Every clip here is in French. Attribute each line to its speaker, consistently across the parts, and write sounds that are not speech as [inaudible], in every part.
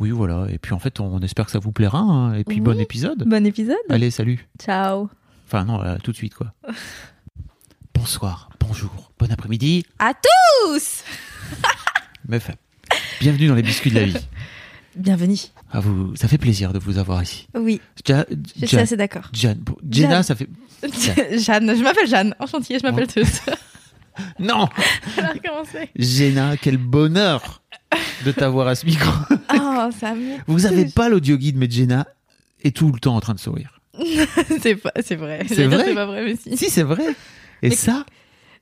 Speaker 1: Oui, voilà. Et puis en fait, on espère que ça vous plaira. hein. Et puis
Speaker 2: Oui.
Speaker 1: bon épisode.
Speaker 2: Bon épisode.
Speaker 1: Allez, salut.
Speaker 2: Ciao.
Speaker 1: Enfin non, euh, tout de suite
Speaker 2: [laughs]
Speaker 1: quoi. Bonsoir, bonjour, bon après-midi,
Speaker 2: À tous
Speaker 1: meuf. Bienvenue dans les biscuits de la vie.
Speaker 2: Bienvenue.
Speaker 1: Ah, vous, ça fait plaisir de vous avoir ici.
Speaker 2: Oui,
Speaker 1: Ja-
Speaker 2: je suis
Speaker 1: Ja-
Speaker 2: assez d'accord.
Speaker 1: Jan- bon, Jenna,
Speaker 2: Jeanne.
Speaker 1: ça fait
Speaker 2: [laughs] Jeanne, je m'appelle Jeanne. Enchantée, je
Speaker 1: Oh.
Speaker 2: m'appelle tous. [laughs]
Speaker 1: non.
Speaker 2: On a recommencé.
Speaker 1: Jenna, quel bonheur de t'avoir à ce micro.
Speaker 2: Oh, ça me...
Speaker 1: Vous avez pas l'audio guide, mais Jenna est tout le temps en train de sourire.
Speaker 2: [laughs] C'est pas- c'est vrai.
Speaker 1: C'est
Speaker 2: J'allais dire
Speaker 1: vrai
Speaker 2: C'est pas vrai, mais si.
Speaker 1: Si, c'est vrai. Et ça,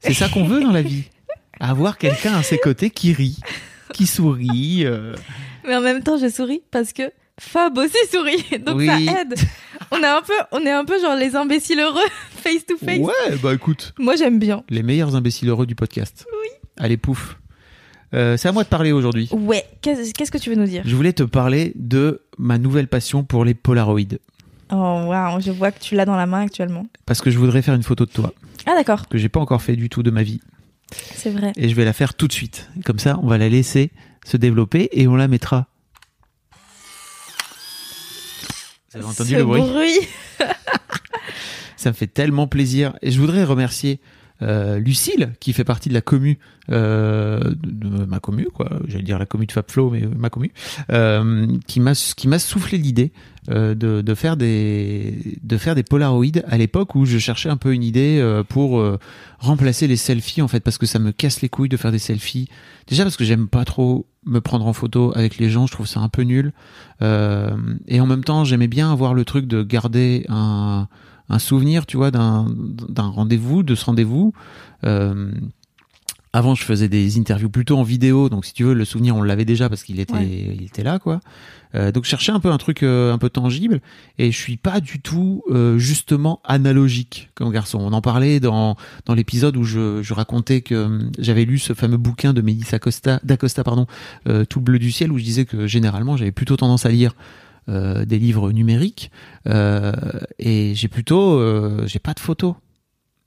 Speaker 1: c'est ça qu'on veut dans la vie. Avoir quelqu'un à ses côtés qui rit, qui sourit. euh.
Speaker 2: Mais en même temps, je souris parce que Fab aussi sourit. [laughs] Donc
Speaker 1: Oui.
Speaker 2: ça aide. On, a un peu, on est un peu genre les imbéciles heureux, [laughs] face to face.
Speaker 1: Ouais, bah écoute,
Speaker 2: Moi, j'aime bien.
Speaker 1: les meilleurs imbéciles heureux du podcast. Oui. Allez, pouf. Euh, c'est à moi de parler aujourd'hui.
Speaker 2: Ouais, qu'est-ce qu'est-ce que tu veux nous dire
Speaker 1: Je voulais te parler de ma nouvelle passion pour les Polaroids.
Speaker 2: Oh waouh, je vois que tu l'as dans la main actuellement.
Speaker 1: Parce que je voudrais faire une photo de toi,
Speaker 2: Ah d'accord,
Speaker 1: que j'ai pas encore fait du tout de ma vie.
Speaker 2: c'est vrai.
Speaker 1: et je vais la faire tout de suite. Comme ça, on va la laisser se développer et on la mettra. Vous avez entendu
Speaker 2: Ce
Speaker 1: le bruit
Speaker 2: bruit
Speaker 1: Ça me fait tellement plaisir. Et je voudrais remercier euh, Lucille, qui fait partie de la commu, euh, de, de ma commu, quoi. J'allais dire la commu de Fabflo, mais euh, ma commu, euh, qui m'a qui m'a soufflé l'idée euh, de, de faire des de faire des Polaroids à l'époque où je cherchais un peu une idée euh, pour euh, remplacer les selfies en fait, parce que ça me casse les couilles de faire des selfies. Déjà parce que j'aime pas trop me prendre en photo avec les gens, je trouve ça un peu nul. Euh, et en même temps, j'aimais bien avoir le truc de garder un un souvenir, tu vois, d'un d'un rendez-vous, de ce rendez-vous. Euh, avant, je faisais des interviews plutôt en vidéo, donc si tu veux, le souvenir, on l'avait déjà parce qu'il était,
Speaker 2: Ouais.
Speaker 1: il était là, quoi. Euh, donc, je cherchais un peu un truc euh, un peu tangible, et je suis pas du tout euh, justement analogique comme garçon. On en parlait dans dans l'épisode où je, je racontais que hum, j'avais lu ce fameux bouquin de Mélissa Costa, d'Acosta, pardon, euh, Tout bleu du ciel, où je disais que généralement, j'avais plutôt tendance à lire euh, des livres numériques euh, et j'ai plutôt euh, j'ai pas de photos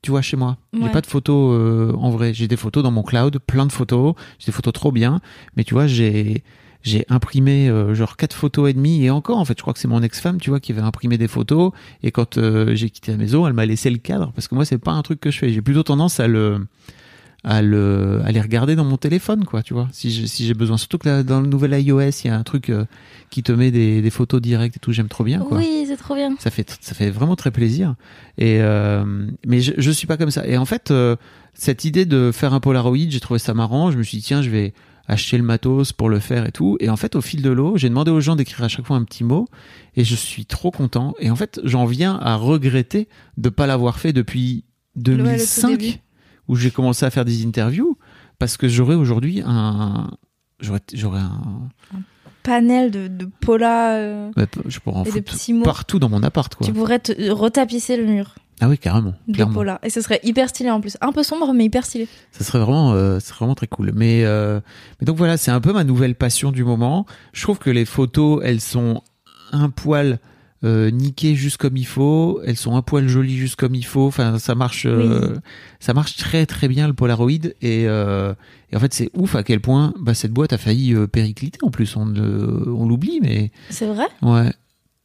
Speaker 1: tu vois chez moi j'ai
Speaker 2: Ouais.
Speaker 1: pas de photos euh, en vrai j'ai des photos dans mon cloud plein de photos j'ai des photos trop bien mais tu vois j'ai j'ai imprimé euh, genre quatre photos et demie et encore en fait je crois que c'est mon ex-femme tu vois qui avait imprimé des photos et quand euh, j'ai quitté la maison elle m'a laissé le cadre parce que moi c'est pas un truc que je fais j'ai plutôt tendance à le à le à les regarder dans mon téléphone quoi tu vois si j'ai si j'ai besoin surtout que là, dans le nouvel iOS il y a un truc euh, qui te met des, des photos directes et tout j'aime trop bien Ah, quoi
Speaker 2: Oui, c'est trop bien.
Speaker 1: ça fait ça fait vraiment très plaisir et euh, mais je, je suis pas comme ça et en fait euh, cette idée de faire un Polaroid j'ai trouvé ça marrant je me suis dit tiens je vais acheter le matos pour le faire et tout et en fait au fil de l'eau j'ai demandé aux gens d'écrire à chaque fois un petit mot et je suis trop content et en fait j'en viens à regretter de pas l'avoir fait depuis
Speaker 2: le tout
Speaker 1: 2005
Speaker 2: début.
Speaker 1: où j'ai commencé à faire des interviews parce que j'aurais aujourd'hui un j'aurais j'aurais un
Speaker 2: Panel de, de Paula euh,
Speaker 1: bah, je pourrais en
Speaker 2: et de
Speaker 1: foutre
Speaker 2: petits mots.
Speaker 1: partout dans mon appart quoi
Speaker 2: Tu pourrais te retapisser le mur
Speaker 1: ah oui carrément
Speaker 2: de
Speaker 1: clairement
Speaker 2: Paula. Et ce serait hyper stylé en plus. Un peu sombre, mais hyper stylé.
Speaker 1: Ça serait vraiment, euh, ça serait vraiment très cool. Mais, euh, mais donc voilà, c'est un peu ma nouvelle passion du moment. Je trouve que les photos, elles sont un poil euh, niquées juste comme il faut. Elles sont un poil jolies juste comme il faut. Enfin, ça marche, euh, ça marche très très bien le Polaroid. Et, euh, et en fait, c'est ouf à quel point bah, cette boîte a failli euh, péricliter. En plus, on, ne- on l'oublie, mais
Speaker 2: C'est vrai
Speaker 1: ouais.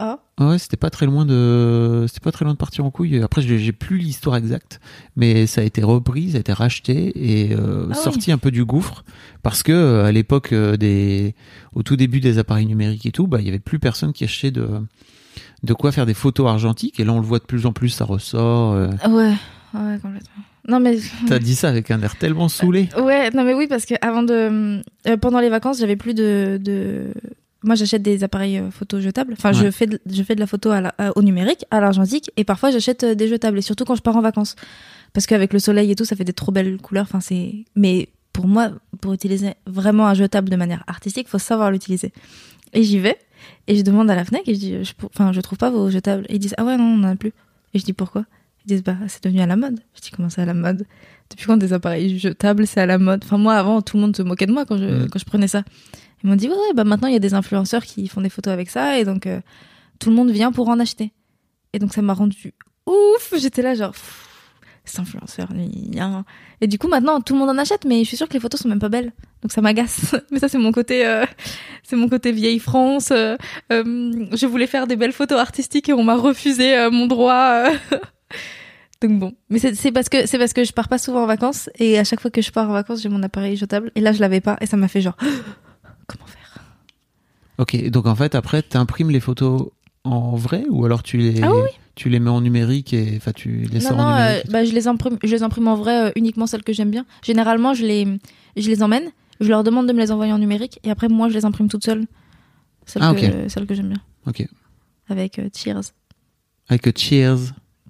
Speaker 2: Ah.
Speaker 1: Ah ouais, c'était pas très loin de, c'était pas très loin de partir en couille. Après, j'ai j'ai plus l'histoire exacte, mais ça a été repris, ça a été racheté et euh,
Speaker 2: Ah
Speaker 1: sorti un peu du gouffre parce que euh, à l'époque euh, des, au tout début des appareils numériques et tout, bah il y avait plus personne qui achetait de, de quoi faire des photos argentiques. Et là, on le voit de plus en plus, ça ressort.
Speaker 2: [laughs]
Speaker 1: euh.
Speaker 2: Ouais, ouais, complètement. Non, mais.
Speaker 1: T'as dit ça avec un air tellement saoulé.
Speaker 2: Ouais, non, mais oui, parce que avant de. euh, pendant les vacances, j'avais plus de. de... Moi, j'achète des appareils euh, photo jetables. Enfin, je,
Speaker 1: Ouais.
Speaker 2: fais de, je fais de la photo à la- à- au numérique, à l'argentique, et parfois j'achète euh, des jetables, et surtout quand je pars en vacances. Parce qu'avec le soleil et tout, ça fait des trop belles couleurs. Enfin, c'est. Mais pour moi, pour utiliser vraiment un jetable de manière artistique, faut savoir l'utiliser. Et j'y vais, et je demande à la Fnac, et je dis, euh, je, pour- enfin, je trouve pas vos jetables. Et ils disent, ah ouais, non, on en a plus. Et je dis, pourquoi Ils disent, bah, c'est devenu à la mode. Je dis, comment c'est à la mode depuis quand des appareils jetables, c'est à la mode. Enfin, moi, avant, tout le monde se moquait de moi quand je,
Speaker 1: Mm.
Speaker 2: quand je prenais ça. Ils m'ont dit, ouais, ouais, bah maintenant, il y a des influenceurs qui font des photos avec ça, et donc euh, tout le monde vient pour en acheter. Et donc, ça m'a rendu ouf. J'étais là, genre, pff, cet influenceur, il hein. Et du coup, maintenant, tout le monde en achète, mais je suis sûre que les photos sont même pas belles. Donc, ça m'agace. [laughs] mais ça, c'est mon côté, euh, c'est mon côté vieille France. euh, euh, je voulais faire des belles photos artistiques et on m'a refusé euh, mon droit. euh. Donc bon, mais c'est c'est parce que c'est parce que je pars pas souvent en vacances et à chaque fois que je pars en vacances, j'ai mon appareil jetable et là je l'avais pas et ça m'a fait genre [gasps] comment faire
Speaker 1: Ok, donc en fait, après, t'imprimes les photos en vrai ou alors tu les,
Speaker 2: Ah oui.
Speaker 1: tu les mets en numérique et enfin tu les
Speaker 2: Non
Speaker 1: sors
Speaker 2: non,
Speaker 1: en
Speaker 2: euh,
Speaker 1: numérique.
Speaker 2: bah, je les imprime je les imprime en vrai euh, uniquement celles que j'aime bien. Généralement, je les je les emmène, je leur demande de me les envoyer en numérique et après moi je les imprime toutes seules celles
Speaker 1: Ah,
Speaker 2: que celles que j'aime bien
Speaker 1: Ok.
Speaker 2: avec euh, Cheers.
Speaker 1: Avec euh, Cheers.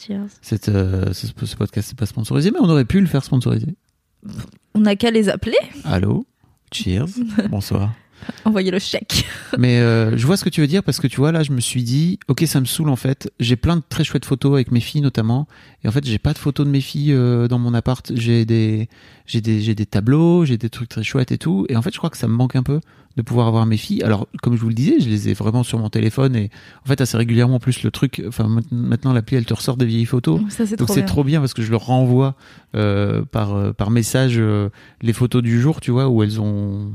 Speaker 2: Cheers.
Speaker 1: Cette, euh, ce, ce podcast n'est pas sponsorisé, mais on aurait pu le faire sponsoriser.
Speaker 2: On n'a qu'à les appeler, [laughs]
Speaker 1: Allô [laughs] Cheers. Bonsoir.
Speaker 2: envoyer le chèque.
Speaker 1: Mais euh, je vois ce que tu veux dire parce que tu vois, là, je me suis dit, ok, ça me saoule en fait. J'ai plein de très chouettes photos avec mes filles notamment. Et en fait, j'ai pas de photos de mes filles euh, dans mon appart. J'ai des, j'ai des, j'ai des tableaux, j'ai des trucs très chouettes et tout. Et en fait, je crois que ça me manque un peu de pouvoir avoir mes filles. Alors, comme je vous le disais, je les ai vraiment sur mon téléphone et en fait, assez régulièrement, en plus, le truc, enfin, maintenant, l'appli, elle te ressort des vieilles photos.
Speaker 2: [laughs] Ça c'est
Speaker 1: Oh. Donc
Speaker 2: trop
Speaker 1: c'est
Speaker 2: bien.
Speaker 1: trop bien parce que je leur renvoie euh, par, euh, par message euh, les photos du jour, tu vois, où elles ont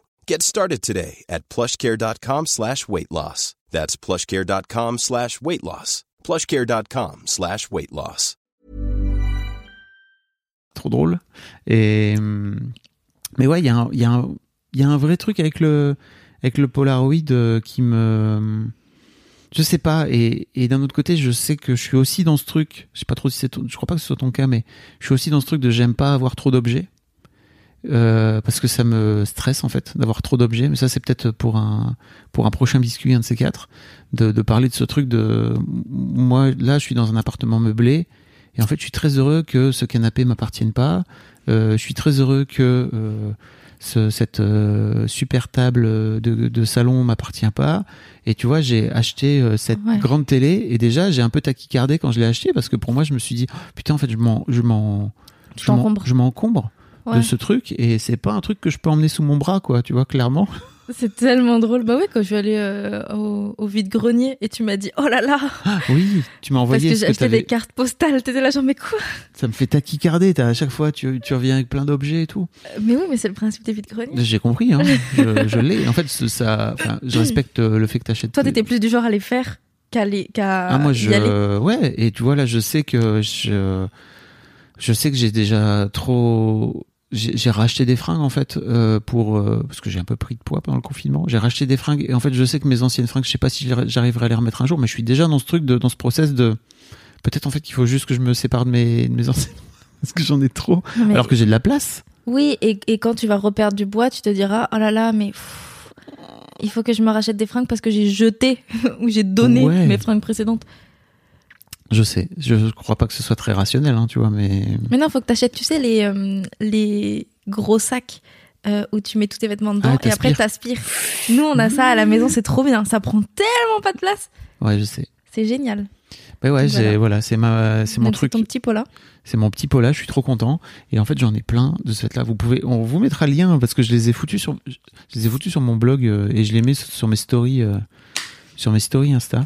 Speaker 3: Get started today at plushcare.com slash weight loss. That's plushcare.com slash weight loss. plushcare.com slash weight loss.
Speaker 1: trop drôle. Et hum, mais ouais, il y, a un- il y, a un- il y a un vrai truc avec le avec le Polaroid euh, qui me hum, je sais pas et, et d'un autre côté je sais que je suis aussi dans ce truc je sais pas trop si c'est ton- je crois pas que ce soit ton cas mais je suis aussi dans ce truc de j'aime pas avoir trop d'objets Euh, parce que ça me stresse en fait d'avoir trop d'objets mais ça c'est peut-être pour un pour un prochain biscuit un de ces quatre de, de parler de ce truc de moi là je suis dans un appartement meublé et en fait, je suis très heureux que ce canapé m'appartienne pas. Euh, je suis très heureux que euh, ce- cette euh, super table euh, de, de salon m'appartient pas. Et tu vois, j'ai acheté euh, cette
Speaker 2: Ouais.
Speaker 1: grande télé et déjà, j'ai un peu taquicardé quand je l'ai acheté parce que pour moi, je me suis dit, putain, en fait, je m'en, je m'en,
Speaker 2: Tu
Speaker 1: je m'en-
Speaker 2: t'encombres.
Speaker 1: je m'encombre de
Speaker 2: Ouais.
Speaker 1: ce truc et c'est pas un truc que je peux emmener sous mon bras, quoi. Tu vois, clairement. [laughs]
Speaker 2: C'est tellement drôle. Bah ouais, quand je suis allée euh, au, au vide-grenier et tu m'as dit oh là là,
Speaker 1: oui, tu m'as
Speaker 2: parce que
Speaker 1: envoyé
Speaker 2: j'ai
Speaker 1: ce que
Speaker 2: acheté
Speaker 1: t'avais.
Speaker 2: des cartes postales. T'étais là genre mais quoi
Speaker 1: Ça me fait taquicarder. T'as, à chaque fois, tu, tu reviens avec plein d'objets et
Speaker 2: [laughs]
Speaker 1: tout.
Speaker 2: Euh, Mais oui, mais c'est le principe des vide-greniers.
Speaker 1: J'ai compris, hein. je, je l'ai. En fait, ce- ça, enfin, je respecte euh, le fait que t'achètes.
Speaker 2: Toi, t'étais plus du genre à les faire qu'à les- qu'à
Speaker 1: Ah, moi,
Speaker 2: y aller.
Speaker 1: je. Ouais, et tu vois, là, je sais que je. Je sais que j'ai déjà trop. J'ai j'ai racheté des fringues, en fait, euh, pour. euh, parce que j'ai un peu pris de poids pendant le confinement. J'ai racheté des fringues, et en fait, je sais que mes anciennes fringues, je sais pas si j'arriverai à les remettre un jour, mais je suis déjà dans ce truc, de, dans ce process de. Peut-être, en fait, qu'il faut juste que je me sépare de mes, de mes anciennes. [laughs] Parce que j'en ai trop.
Speaker 2: Non, mais-
Speaker 1: Alors que j'ai de la place.
Speaker 2: Oui, et, et quand tu vas reperdre du bois, tu te diras oh là là, mais pff, il faut que je me rachète des fringues parce que j'ai jeté [laughs] ou j'ai donné
Speaker 1: Ouais.
Speaker 2: mes fringues précédentes.
Speaker 1: Je sais. Je crois pas que ce soit très rationnel, hein, tu vois, mais.
Speaker 2: Mais non, faut que t'achètes, tu sais, les, euh, les gros sacs. euh, où tu mets tous tes vêtements dedans
Speaker 1: Ah,
Speaker 2: et après t'aspires. Nous on a ça à la maison, c'est trop bien, ça prend tellement pas de place,
Speaker 1: Ouais, je sais.
Speaker 2: c'est génial.
Speaker 1: Ben ouais,
Speaker 2: Voilà.
Speaker 1: c'est voilà, c'est ma, c'est mon
Speaker 2: Donc,
Speaker 1: truc,
Speaker 2: ton petit pot là.
Speaker 1: c'est mon petit pot là. Je suis trop content. Et en fait, j'en ai plein de cette là. Vous pouvez, on vous mettra le lien parce que je les ai foutus sur, je les ai foutus sur mon blog euh, et je les mets sur mes stories, euh, sur mes stories Insta.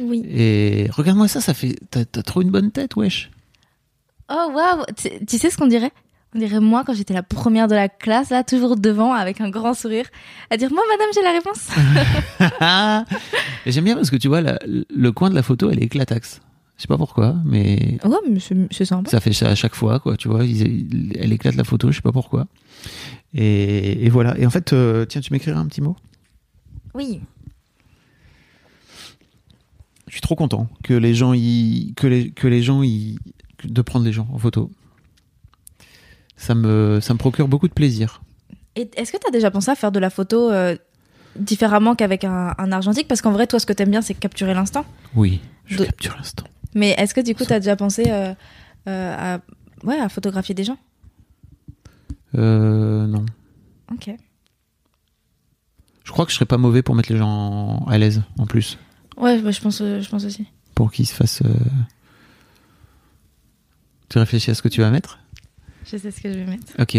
Speaker 2: Oui.
Speaker 1: Et regarde-moi ça, ça fait, t'as t'as trop une bonne tête, wesh. [laughs]
Speaker 2: Oh waouh Tu tu sais ce qu'on dirait On dirait moi quand j'étais la première de la classe, là, toujours devant, avec un grand sourire, à dire Moi, madame, j'ai la réponse.
Speaker 1: Et J'aime bien parce que tu vois, la- le coin de la photo, elle est éclataxe. Je sais pas pourquoi, mais
Speaker 2: [laughs] ouais, mais c'est- c'est sympa.
Speaker 1: ça fait ça à chaque fois, quoi. Tu vois, ils- elle éclate la photo, je sais pas pourquoi. Et, et voilà. Et en fait, euh, tiens, tu m'écriras un petit mot.
Speaker 2: Oui.
Speaker 1: Je suis trop content que les gens y, que les, que les gens y, que- de prendre les gens en photo. Ça me, ça me procure beaucoup de plaisir.
Speaker 2: Et est-ce que tu as déjà pensé à faire de la photo euh, différemment qu'avec un, un argentique Parce qu'en vrai, toi, ce que t'aimes bien, c'est capturer l'instant.
Speaker 1: Oui, je
Speaker 2: De-
Speaker 1: capture l'instant.
Speaker 2: Mais est-ce que du coup, tu as déjà pensé euh, euh, à, ouais, à photographier des gens
Speaker 1: Euh, non.
Speaker 2: Ok.
Speaker 1: Je crois que je serais pas mauvais pour mettre les gens à l'aise, en plus.
Speaker 2: Ouais, bah, je, pense, euh, je pense aussi.
Speaker 1: Pour qu'ils se fassent. euh, Tu réfléchis à ce que tu vas mettre
Speaker 2: Je sais ce que je vais mettre.
Speaker 1: Ok.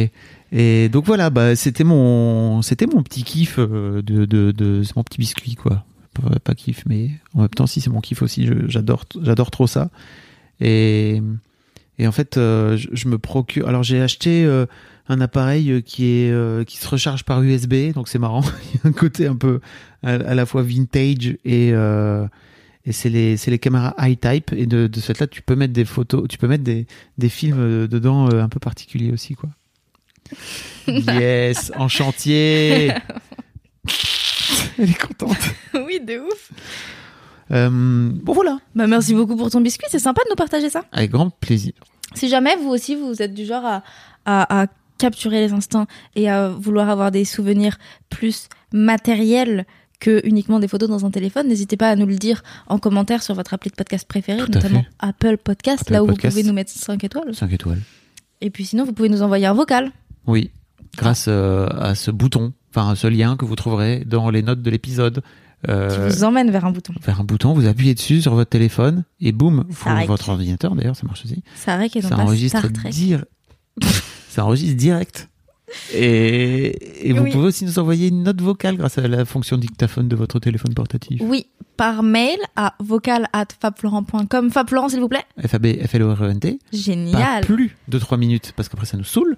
Speaker 1: Et donc voilà, bah, c'était mon, c'était mon petit kiff euh, de, de, de- c'est mon petit biscuit quoi. Pas, pas kiff, mais en même temps si c'est mon kiff aussi, je- j'adore, j'adore trop ça. Et et en fait, euh, je, je me procure. Alors j'ai acheté euh, un appareil euh, qui est euh, qui se recharge par USB, donc c'est marrant. [laughs] Il y a un côté un peu à, à la fois vintage et euh, et c'est les c'est les caméras high type et de de cette là tu peux mettre des photos, tu peux mettre des des films euh, dedans euh, un peu particuliers aussi quoi. [laughs] Yes, en
Speaker 2: [laughs]
Speaker 1: chantier. Elle est contente.
Speaker 2: [laughs] oui, de ouf.
Speaker 1: Euh, bon voilà,
Speaker 2: Bah, merci beaucoup pour ton biscuit. C'est sympa de nous partager ça.
Speaker 1: avec grand plaisir.
Speaker 2: Si jamais vous aussi vous êtes du genre à, à- à capturer les instants et à vouloir avoir des souvenirs plus matériels que uniquement des photos dans un téléphone, n'hésitez pas à nous le dire en commentaire sur votre appli de podcast préférée,
Speaker 1: Tout à
Speaker 2: notamment Apple Podcast,
Speaker 1: Apple
Speaker 2: là où
Speaker 1: Podcast.
Speaker 2: vous pouvez nous mettre 5 étoiles.
Speaker 1: 5 étoiles.
Speaker 2: Et puis sinon, vous pouvez nous envoyer un vocal.
Speaker 1: Oui, grâce euh, à ce bouton, enfin à ce lien que vous trouverez dans les notes de l'épisode.
Speaker 2: qui
Speaker 1: Euh,
Speaker 2: vous emmène vers un bouton.
Speaker 1: vers un bouton, vous appuyez dessus sur votre téléphone et boum,
Speaker 2: Ça
Speaker 1: vous-
Speaker 2: arrête.
Speaker 1: votre ordinateur d'ailleurs, ça marche aussi.
Speaker 2: Ça arrête et non
Speaker 1: ça
Speaker 2: pas
Speaker 1: enregistre
Speaker 2: Star Trek. [laughs]
Speaker 1: dire ça enregistre direct et, et vous
Speaker 2: Oui.
Speaker 1: pouvez aussi nous envoyer une note vocale grâce à la fonction dictaphone de votre téléphone portatif
Speaker 2: Oui, par mail à vocal at fabflorent.com. Fabflorent, s'il vous plaît.
Speaker 1: FAB FLORENT pas
Speaker 2: Génial.
Speaker 1: plus de 3 minutes parce qu'après ça nous
Speaker 2: [laughs]
Speaker 1: saoule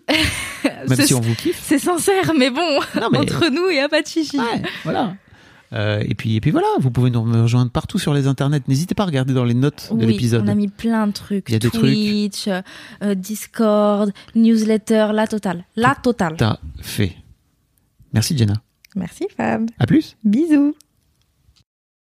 Speaker 1: même
Speaker 2: C'est-
Speaker 1: si on vous kiffe
Speaker 2: [laughs] C'est sincère, mais bon,
Speaker 1: non mais
Speaker 2: entre nous et à pas de chichi.
Speaker 1: ouais, voilà Euh, et puis et puis voilà vous pouvez nous rejoindre partout sur les internets n'hésitez pas à regarder dans les notes de
Speaker 2: Oui,
Speaker 1: l'épisode
Speaker 2: On a mis plein de trucs.
Speaker 1: Il y a des trucs.
Speaker 2: Twitch, euh, Discord, newsletter, la totale. La totale.
Speaker 1: t'as fait merci Jenna
Speaker 2: Merci Fab.
Speaker 1: à plus
Speaker 2: Bisous.